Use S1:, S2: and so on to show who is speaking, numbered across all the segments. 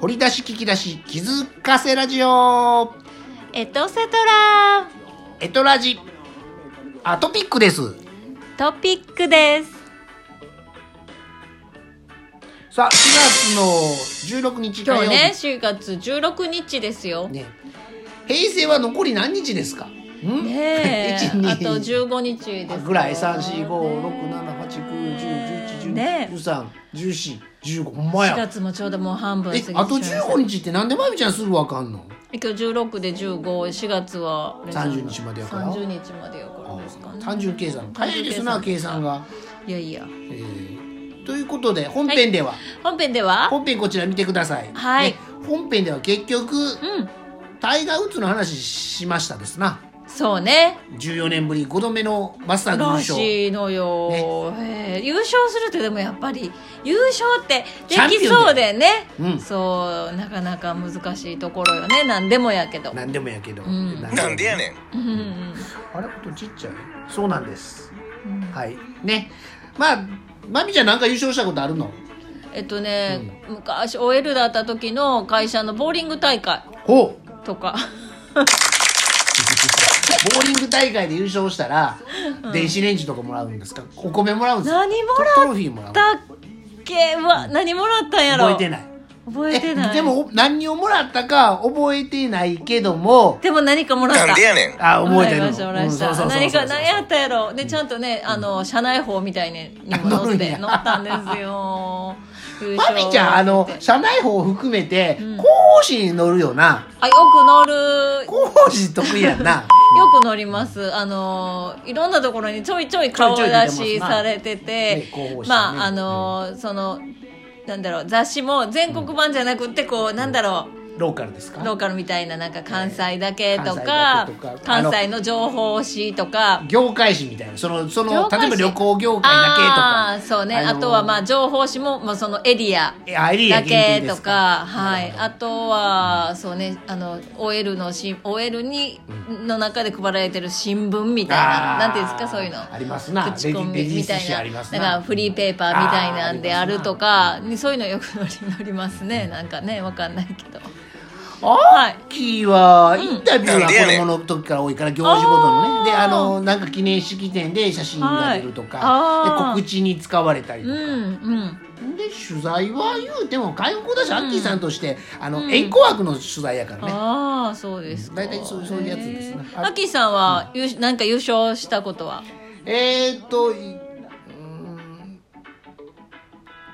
S1: 掘り出し聞き出し気づかせラジオ
S2: エトセトラ
S1: エトラジあトピックです
S2: トピックです
S1: さあ4月の16日火
S2: 今
S1: 曜
S2: 日
S1: 日
S2: ね4月16日ですよね
S1: ね平成は残り何日ですかん
S2: え
S1: 1 2
S2: あと15日ですよ
S1: ぐらい3 4 5 6 7 8 9 1 0 1 1 1 2
S2: ね
S1: 1 3 1 4 1 5ほんま
S2: 4
S1: や
S2: 月もちょうどもう半分過
S1: え
S2: ぎてしまい
S1: あ
S2: ま
S1: と
S2: した
S1: 15日ってなんでまゆみちゃんすぐわかんの
S2: 今日16で154月は
S1: 30日までやから
S2: 30日までやからですかね
S1: 単純計算早
S2: 単
S1: い
S2: 純
S1: で
S2: 計算
S1: すな計算が、
S2: いやいや
S1: えーということで本編では、
S2: 本編では
S1: 本編こちら見てください、
S2: はい
S1: ね本編では結局
S2: うん
S1: タイガー・ウッズの話しましたですな
S2: そうね
S1: 14年ぶり5度目のマスターズ優
S2: ら
S1: 勝
S2: しいのよ、へえ優勝するってでもやっぱり優勝ってできそうでね
S1: チャンピオンだようん
S2: そうなかなか難しいところよね何でもやけど
S1: なんでもやけど、
S2: ん
S3: なんでやねん
S2: うんうん
S1: あれことちっちゃいそうなんです
S2: うん
S1: はいねまあまみちゃんなんか優勝したことあるの
S2: えっとね、昔 OL だった時の会社のボーリング大会
S1: ほう
S2: とか
S1: ボーリング大会で優勝したら、電子レンジとかもらうんですかお米もらうんですか
S2: 何も
S1: ト
S2: らっ
S1: トロフィーもらうんですか
S2: たっけうわ何もらったんやろ
S1: 覚えてない
S2: 覚えてない
S1: えでもお何をもらったか覚えてないけども
S2: でも何かもらっ
S3: な
S2: た
S3: んでやねん
S1: あ
S2: も
S1: 覚え
S2: ら
S1: て
S2: い
S1: る
S2: ましたもらいました、
S1: うんそうそうそうそう
S2: 何か何やったやろでちゃんとねあの社内法みたいににも乗っ
S1: あ乗るんや
S2: て乗ったんですよ優
S1: マ
S2: 勝
S1: ミちゃんあの社内法を含めて講師に乗るよな
S2: あよく乗るよ
S1: 講師得意やん な
S2: く乗りますあのいろんなところにちょいちょい顔
S1: ちょい
S2: 出
S1: ちょい出てますな
S2: しされてて
S1: ね広報誌ね
S2: まああのそのなんだろう雑誌も全国版じゃなくってこうなんだろう、
S1: ローカルですか
S2: ローカルみたいななんか関西だけ
S1: 関
S2: とか
S1: 西だけとか
S2: 関西の情報誌とか
S1: 業界誌みたいなそのそ
S2: 業
S1: の
S2: 界
S1: 例え
S2: 誌
S1: ば旅行業界だけとか
S2: ああーそうね
S1: あ
S2: あ
S1: の
S2: とはまあ情報誌も、まあ、そのエリア
S1: えアイリー
S2: だ
S1: ン限
S2: け
S1: 定で
S2: と
S1: す
S2: か
S1: か
S2: はい
S1: な
S2: あ
S1: る
S2: とはそうねあの OL のし OL にの中で配られてる新聞みたい
S1: あー
S2: ななんていうんですかそういうの
S1: ありますな
S2: 口コミ
S1: レジレ
S2: み
S1: ジ
S2: た
S1: 寿
S2: い
S1: 司あ
S2: な
S1: ります
S2: だ
S1: な
S2: からフリーペーパーみたいなんで
S1: あー
S2: あ
S1: ありますな
S2: るとかにそういうのよく乗り乗りますねなんかねわかんないけど
S1: ほど
S2: は
S1: ア
S2: い
S1: ッキーはインタビューが
S3: なん
S1: 子
S3: でやねん
S1: 供の時から多いから行事ごとのねで
S2: あー
S1: あのなんか記念式典で写真が出ると
S2: はい
S1: か
S2: あー
S1: で告知に使われたり
S2: う
S1: と
S2: ん
S1: か
S2: うん
S1: で取材は言うても外国だし、アッキーさんとしてあの、エイコワークの取材やからね
S2: ああそうですか
S1: 大体そうそういうやつですね
S2: へーアッキーさんは優勝なんか優勝したことは
S1: えー、っというーん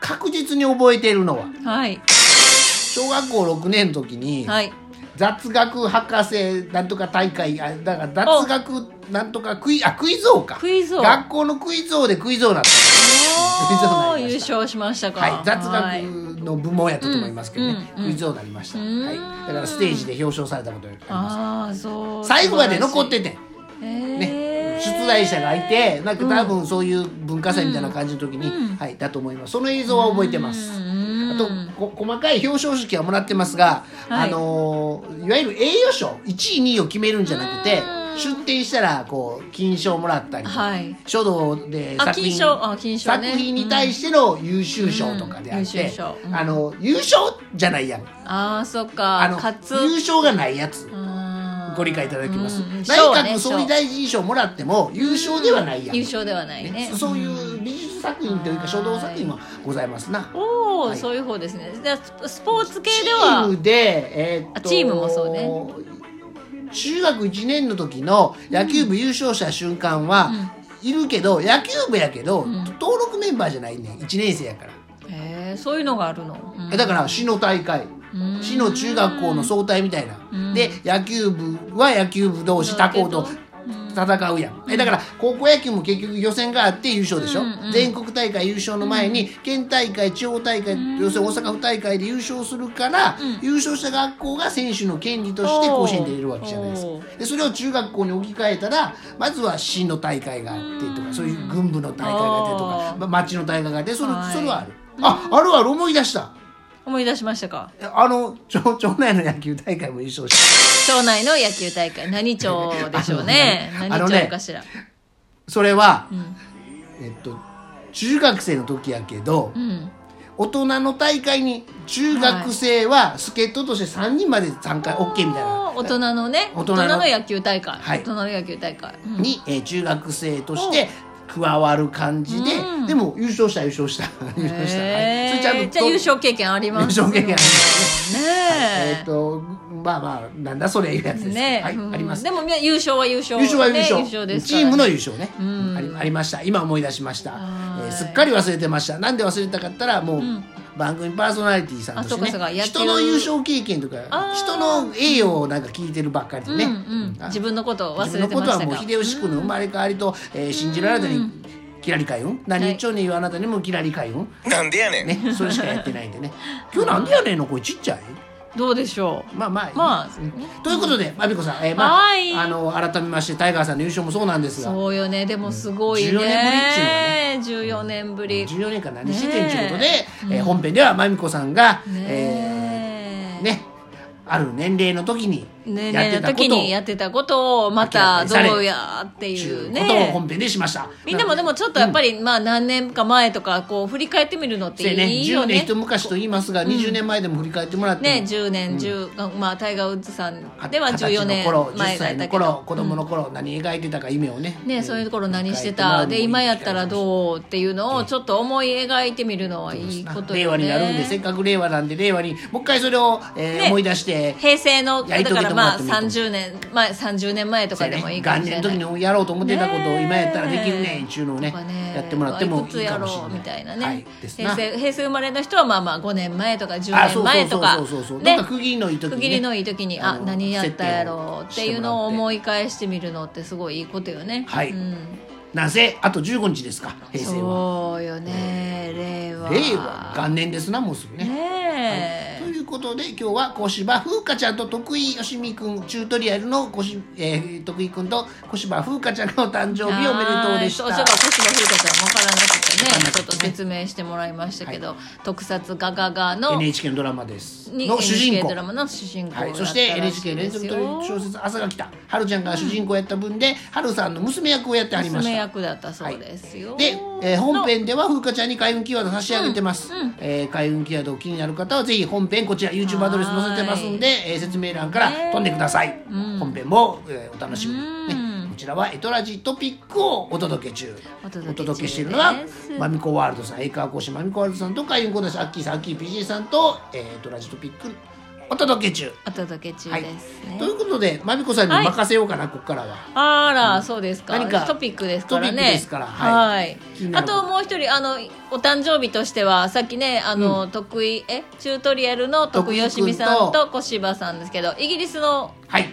S1: 確実に覚えてるのは
S2: はい
S1: 小学校6年の時に、
S2: はい
S1: 雑学博士なんとか大会あだから雑学なんとかクイあクイズ王か
S2: クイズ王
S1: 学校のクイズ王でクイズ王になった
S2: お
S1: クイズ王にな
S2: ー
S1: り
S2: 優
S1: ました
S2: 勝しましたか
S1: はい、雑
S2: はい
S1: 学の部門やったと思いますけどね、
S2: うんうん
S1: クイズ王になりました、
S2: うん
S1: はい、だからステージで表彰されたことがあります
S2: ああそう
S1: 最後まで残ってて
S2: へ
S1: ね、
S2: ー
S1: 出題者がいてなんか多分そういう文化祭みたいな感じの時に、はい、だと思いますその映像は覚えてます
S2: うん
S1: あとこ細かい表彰式はもらってますが、
S2: はい
S1: あのーいわゆる栄誉賞1位2位を決めるんじゃなくて
S2: うん
S1: 出展したらこう金賞もらったり、
S2: はい
S1: 書道で
S2: あ
S1: 作品
S2: 金賞あ金賞ね
S1: 作品に対しての優秀賞とかであっ
S2: うん優
S1: て
S2: 秀、賞うん
S1: あの優勝じゃないやん
S2: ああそっ
S1: あ
S2: か
S1: の
S2: カツ
S1: 優勝がないやつ。
S2: うん
S1: ご理解いただきます、
S2: うん
S1: 内
S2: 賞はね
S1: 閣総理大臣賞もらっても優勝ではないやん
S2: 優勝ではないね
S1: ねそういう美術作品というか書道作品はございますな
S2: おお、
S1: はい
S2: そういう方ですねじゃあススポーツ系
S1: チ
S2: で
S1: ー
S2: は
S1: ムで、えーっと
S2: あチームもそうね
S1: 中学1年の時の野球部優勝した瞬間は、いるけど野球部やけど、登録メンバーじゃないねん1年生やから、
S2: へえそういうのがあるの、うん
S1: えだから市の大会
S2: うん
S1: 市の中学校の総体みたいな、
S2: うん
S1: で野球部は野球部同士他校と戦うやん、えだから高校野球も結局予選があって優勝でしょ、
S2: うんうん
S1: 全国大会優勝の前に県大会地方大会、要するに大阪府大会で優勝するから、優勝した学校が選手の権利として甲子園で出れるわけじゃないですか
S2: おー
S1: でそれを中学校に置き換えたらまずは市の大会があってとかそういう軍部の大会があってとかま
S2: おー
S1: 町の大会があってそれ,、
S2: はい
S1: それはあるああるある思い出した
S2: 思い出しましたか
S1: あの町 町内の野球大会も優勝した
S2: 町内の野球大会何町でしょうね
S1: あのね
S2: 何町かしら、
S1: それは、
S2: ん
S1: えっと中学生の時やけど、
S2: うん
S1: 大人の大会に中学生は助っ人として3人まで参加 OK みたいな
S2: おー大人のね
S1: 大
S2: 大
S1: 人
S2: 人
S1: の
S2: の野球大会、
S1: はい
S2: 大人の野球大会、うん
S1: に、えー中学生として加わる感じで、
S2: うん
S1: でも優勝した優勝した優勝した、はい
S2: へー
S1: それ
S2: じゃあ優勝経験あります
S1: 優勝経験あります
S2: ね
S1: えっ、
S2: え、
S1: とまあまあなんだそれいうやつです、
S2: ねえ
S1: はい、
S2: うん
S1: あります
S2: でもみんな優勝は優勝
S1: 優勝は優勝,、
S2: ね優勝です
S1: チ
S2: からね
S1: ームの優勝ね、
S2: ん
S1: ありありました今思い出しました、
S2: はい
S1: えーすっかり忘れてましたなんで忘れたかったらもう、
S2: ん
S1: 番組パーソナリティさんとして
S2: あそうかそうか
S1: ね
S2: やって
S1: 人
S2: る
S1: の優勝経験とか
S2: あー
S1: 人の栄誉をなんか聞いてるばっかりでね、
S2: うんうん
S1: あ
S2: 自分のことを忘
S1: 自
S2: れ
S1: 分
S2: て
S1: のこと
S2: まし
S1: は
S2: た
S1: もう
S2: か
S1: 秀吉君の生まれ変わりと、えー信じられたにキラリ海運何言っちょうね言わなたにもキラリ海運
S3: なんでやねん。
S1: ねそれしかやってないんで ね今日なんでやねんの声ちっちゃい
S2: どうでしょう
S1: まあまあ、
S2: まあ
S1: うんということでまみこさん、えーまあ
S2: はい
S1: あの改めましてタイガーさんの優勝もそうなんですが
S2: そうよねでもすごいね、
S1: 14年ぶりっちゅうのは
S2: 14
S1: 14年
S2: 年ぶり
S1: 間何しててんちゅうことで、
S2: ねえ
S1: えー本編ではまみこさんが、
S2: ね
S1: えーねある年齢の時に
S2: 年
S1: やっ
S2: 齢
S1: て
S2: の
S1: たこ
S2: 時
S1: とを
S2: にやってたことをまたどうやって
S1: ち
S2: い
S1: ゅ
S2: う
S1: うことを
S2: ね
S1: 本編でしました
S2: みんなもでもちょっとやっぱり、まあ何年か前とかこう振り返ってみるのって
S1: せやね
S2: いいよ
S1: 10年
S2: ね
S1: 一昔と言いますが、20年前でも振り返ってもらっても
S2: ね10年10、あまあタイガー・ウッズさん
S1: は
S2: では14年
S1: 20頃
S2: 前
S1: 10
S2: だ
S1: 歳
S2: っ
S1: の
S2: たけど
S1: 頃子供の頃、何描いてたか夢をね
S2: ね、そういうところ何してたで今やったら
S1: う
S2: どうっていうのをちょっと思い描いてみるのはいいこと
S1: 令
S2: よ
S1: 和
S2: ね
S1: になるんでせっかく令和なんで令和にもう一回それを、えー
S2: ね
S1: 思い出して
S2: 平成の
S1: やり
S2: だ
S1: 遂げ
S2: か
S1: て
S2: ら
S1: もらっ
S2: まあ
S1: てもいいと思う
S2: 30年前30年前とかでもいいかもしれ
S1: 元
S2: ない、
S1: 年の時にやろうと思ってたことを
S2: ねえ
S1: 今やったらできるねんちゅうのをね
S2: とかね
S1: やってもらってもいいかもしれない
S2: くつやろうみたいなね、
S1: はいですな
S2: 平成平成生まれの人はまあまあ5年前とか10
S1: あそう
S2: 年前とか
S1: そうそうそうそうな
S2: ね
S1: んか区切りのいい時にね
S2: 区切りのいい時に
S1: あ
S2: あ
S1: の
S2: 何やったやろうってい
S1: 設定をして
S2: うのを
S1: も
S2: 思い返してみるのってすごいいいことよね
S1: はい
S2: うん、
S1: なぜあと15日ですか平成は
S2: そうよね令和
S1: 令和元年ですなもうすぐね
S2: ねえ
S1: ということで今日は小芝風花ちゃんと徳井よしみくんチュートリアルの小し、えー、徳井くんと小芝風花ちゃんのお誕生日おめでとうでした。
S2: はいそうそうか、星野風花ちゃん分からなくてね、ちょっと説明してもらいましたけど、特撮ガガガの
S1: NHK のドラマです。
S2: に
S1: の主人
S2: NHK
S1: 公
S2: ド。ラマの主人公だ
S1: はい、
S2: ったら
S1: そして
S2: し
S1: NHK
S2: い
S1: 連
S2: です
S1: 続
S2: よ
S1: テレビ小説「朝が来た」春ちゃんが主人公やった分で、春さんの娘役をやってありまし
S2: 娘
S1: た
S2: 役だったそうですよ。
S1: で、えー本編では風花ちゃんに開運キーワード差し上げてます、えー開運キーワード気になる方はぜひ本編こちら YouTube アドレス載せてますんで、えー説明欄から飛んでください、本編も、えーお楽しみに、ね、こちらはエトラジトピックをお届け中
S2: お届け中です
S1: お届けしているのはまみこワールドさん英会話講師まみこワールドさんと開運講師アッキーさんアッキー PG さんと、えーエトラジトピックお届け中
S2: お届け中
S1: はい
S2: ですね。
S1: ということでまみこさんに任せようかな、ここからは。
S2: あら、そうですか。
S1: 何か
S2: トピックですからね。
S1: トピックですからは
S2: はいい。
S1: 気にな
S2: あ
S1: る
S2: ともう一人、あの、お誕生日としては、さっきね、あの、得意、え、チュートリアルの徳井よしみさん
S1: 徳井
S2: と小芝さんですけど、イギリスの
S1: はい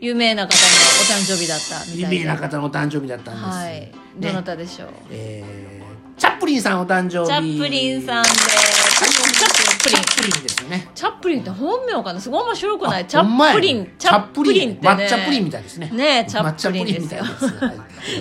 S2: 有名な方のお誕生日だったみ
S1: 有
S2: たい
S1: 名な方のお誕生日だったんです、
S2: はい。
S1: ね
S2: どなたでしょう。
S1: えーチャップリンさんお誕生日
S2: チャップリンさんで
S1: チャ
S2: す。チャップリン。
S1: ップリンですよね
S2: チャップリンって本名かなすごい面白くないチャ
S1: ほんま
S2: ッ
S1: や
S2: プ
S1: ね
S2: リンチャップリンって、ね、
S1: 抹茶プリンみたいですね
S2: ねえチャップリ
S1: 抹茶プリ
S2: ン
S1: ン
S2: で
S1: み
S2: す
S1: たい
S2: よ
S1: ですはい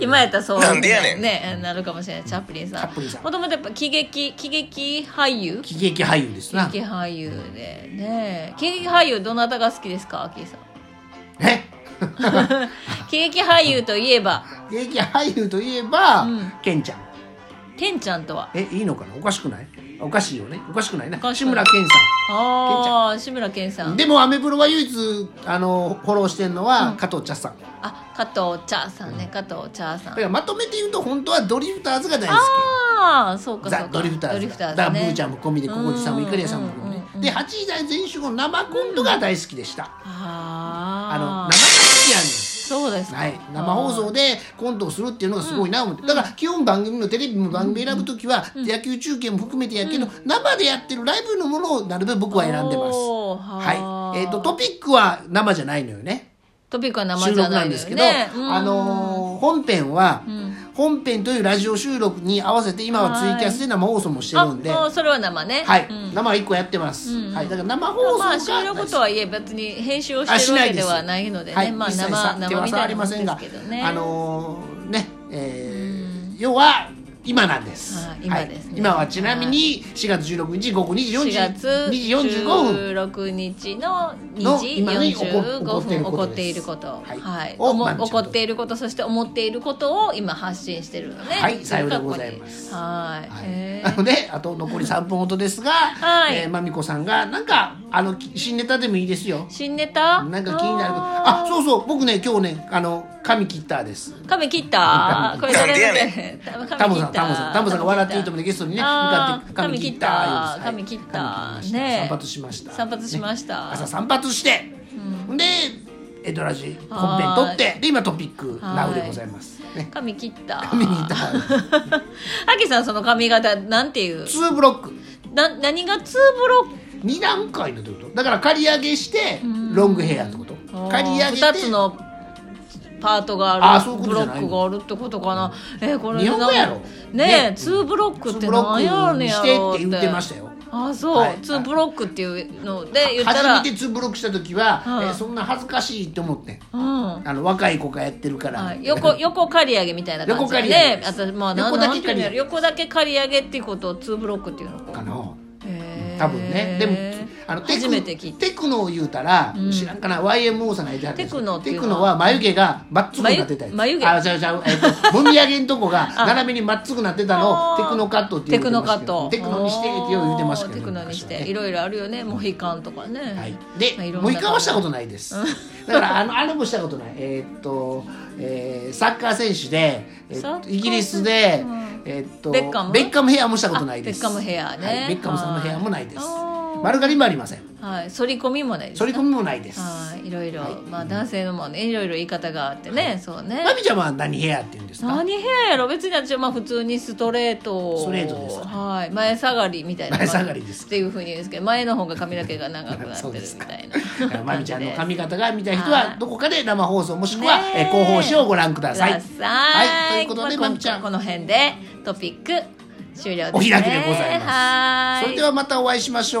S2: 今やったらそう
S3: なんでやねん
S2: ねなるかもしれないチャップリン
S1: チ
S2: さ
S1: ャップリンさん
S2: んもともとやっぱ喜劇喜劇俳優喜
S1: 喜劇俳優ですな
S2: 劇俳優でねえ喜劇俳優どなたが好きですかアキーさん
S1: え
S2: 喜劇俳優といえば
S1: 喜劇俳優といえば、
S2: うん
S1: ケンちゃん
S2: ケンちゃんとは
S1: えいいのかなおかしくないおかしいよねおかしくないな
S2: おかし
S1: 志
S2: くな
S1: 村
S2: い
S1: けんさ
S2: ああ志村けんさ
S1: ん
S2: ん
S1: でもアメブロは唯一あのフォローしてるのは、加藤茶さんだ
S2: あ加藤茶さんね加藤茶さん
S1: からまとめて言うと本当はドリフターズが大好き
S2: ああそうかそう
S1: ザ・
S2: か
S1: ドリフターズ
S2: ドリフターズ
S1: だから
S2: ね
S1: ブーちゃんも込みでココジさんも
S2: うん
S1: イカリアさんも込みで
S2: うんうんうん
S1: で8時台全集合の生コントが大好きでした、あの
S2: ああ
S1: 生が好きやねん
S2: そうですか
S1: はい、生放送でコントをするっていうのがすごいな思って、だから基本番組のテレビも番組選ぶ時は野球中継も含めてやけど、生でやってるライブのものをなるべく僕は選んでます
S2: おー
S1: は
S2: はい
S1: えー、とトピックは生じゃないのよね
S2: トピックは生
S1: 収
S2: じゃ
S1: 録
S2: な
S1: ないん
S2: の
S1: で
S2: よ
S1: すけど、
S2: ねうん
S1: あのー本編は、本編というラジオ収録に合わせて今はツイキャスで生放送もして
S2: あ
S1: るんで、
S2: もうそれは生ね
S1: はい、
S2: うん
S1: 生一個やってます、はい、だから生放送
S2: ま
S1: が
S2: あ収録とはいえ別に編集をして
S1: あ
S2: る
S1: し
S2: わ
S1: ない
S2: け
S1: で
S2: ですはないのでね
S1: はい、
S2: まあ
S1: 一切
S2: 生
S1: さ手
S2: 生
S1: は
S2: み
S1: 触
S2: た
S1: り
S2: いな
S1: ま
S2: もん
S1: せ
S2: で
S1: んが
S2: すけどね
S1: あのーねえー要は今なんです、
S2: はい今ですね
S1: はい今はちなみに4月16日午後2時
S2: 4
S1: 40
S2: 月
S1: 2時45分
S2: 16日の2
S1: の
S2: 時
S1: 今に起こ
S2: 45分起
S1: 起
S2: こ
S1: こ
S2: っ
S1: ってて
S2: い
S1: い
S2: る
S1: る
S2: こ
S1: ことと
S2: は、
S1: はいい
S2: お
S1: を
S2: も
S1: まみちゃんと
S2: 起こっていることそして思っていることを今発信してるので、
S1: はいさようでございます
S2: はい、
S1: はい
S2: へー
S1: なのであと残り3分ほどですが、
S2: はい
S1: えーまみこさんがなんかあのき新ネタでもいいですよ
S2: 新ネタ
S1: なんか気になること
S2: あ
S1: あそうそう僕ね今日ねあの髪切ったです
S2: ー髪切ったこれどれ
S3: なんでや
S2: ね
S1: タモさんタモさんタモさんが笑っていいと思
S2: 思
S1: うで
S2: う
S1: ゲストにね向
S2: あー
S1: かって髪切っ
S2: 髪切った
S1: た
S2: 髪切ったね
S1: ね散髪しました
S2: 散髪しました
S1: ね朝散髪してでエドラジ本編撮ってで今トピック
S2: はい
S1: ナウでございますね
S2: 髪切った
S1: 髪切った
S2: ハキさんその髪型なんていう
S1: 2ブロック
S2: な何がツーブロッ
S1: 2段階のってことだから刈り上げしてロングヘアってこと
S2: ク
S1: 刈り上げて
S2: 2つのパートがある
S1: あーそういうこ
S2: ブ
S1: と
S2: ロ
S1: じゃな
S2: ッ
S1: い
S2: クがあるってことかなえーこれ
S1: 日本語やろ
S2: ねえ、
S1: ね
S2: ツーブロックって
S1: ツーブロ
S2: 何や
S1: ッ
S2: ろ
S1: ク
S2: ね
S1: に
S2: や
S1: して
S2: ろ
S1: って言ってましたよ
S2: あーそう、
S1: はい
S2: ツーブロックっていうので言ったら
S1: 初めてツーブロックした時は、
S2: うん
S1: えーそんな恥ずかしいって思ってん
S2: うん
S1: あの若い子がやってるから、
S2: はい、横横刈り上げみたいな感じで、ね、
S1: 横刈り上げで
S2: あ
S1: す
S2: とまあな
S1: 横だけ
S2: なんていうんや
S1: 刈り上
S2: ろ
S1: げ
S2: 横だけ刈り上げっていうことをツーブロックっていうのか
S1: かな
S2: へー
S1: 多分ねでもあのテク
S2: 初めて聞いた
S1: テクノを言うたら、知らんかな YMO さんがいてはったやつ
S2: テクノってい
S1: テ
S2: うの
S1: ク
S2: は
S1: ノは眉毛がまっつぐになってたやつ
S2: 眉眉毛
S1: あちゃうちゃうえっ ともみあげんとこが斜めにまっつぐなってたの
S2: あ
S1: を
S2: ー
S1: テクノカットって
S2: テ
S1: 言う
S2: ク
S1: て
S2: ノ
S1: ま
S2: カ
S1: した
S2: ッ
S1: けど
S2: ト
S1: テクノにしてってよう言ってましたけど
S2: テクノにして、
S1: 昔はね
S2: いろいろあるよねモヒカンとかね
S1: はい、で、
S2: まあいろんな
S1: もう一回はしたことないです。だから、あの、あれもしたことない、えーっと、えーサッカー選手で、えーっと
S2: サッカー選手
S1: イギリスで
S2: うん。
S1: えーっと、
S2: ベッカム
S1: ヘアもしたことないです。
S2: あベッカムヘアね
S1: はいベッカムさんのヘアもないです
S2: はいあー。
S1: 丸刈りもありません。
S2: はい反り込みもないです
S1: 反り込みもないです。
S2: はいいろいろ、まあ男性のもねいろいろ言い方があってね、そうね
S1: まみちゃんは何ヘアって言うんです か。
S2: 何部屋やろ別に私はまあ普通にストレートを
S1: ストレートですか
S2: はい前下がりみたいな
S1: 前下がりです
S2: っていうふうに言うんですけど前の方が髪の毛が長くなっ て
S1: そう
S2: る
S1: です
S2: み
S1: か
S2: たい
S1: だ
S2: な
S1: からまみちゃんの髪
S2: が
S1: 型が見たい人
S2: は
S1: はいどこかで生放送もしくは、
S2: ねえ
S1: えー広報誌をご覧ください。
S2: は
S1: は
S2: い
S1: い、ということで
S2: ま
S1: ま
S2: あ
S1: みちゃん
S2: この辺でトピック終了です、ね、
S1: お開きでございます
S2: はーい
S1: それではまたお会いしましょう。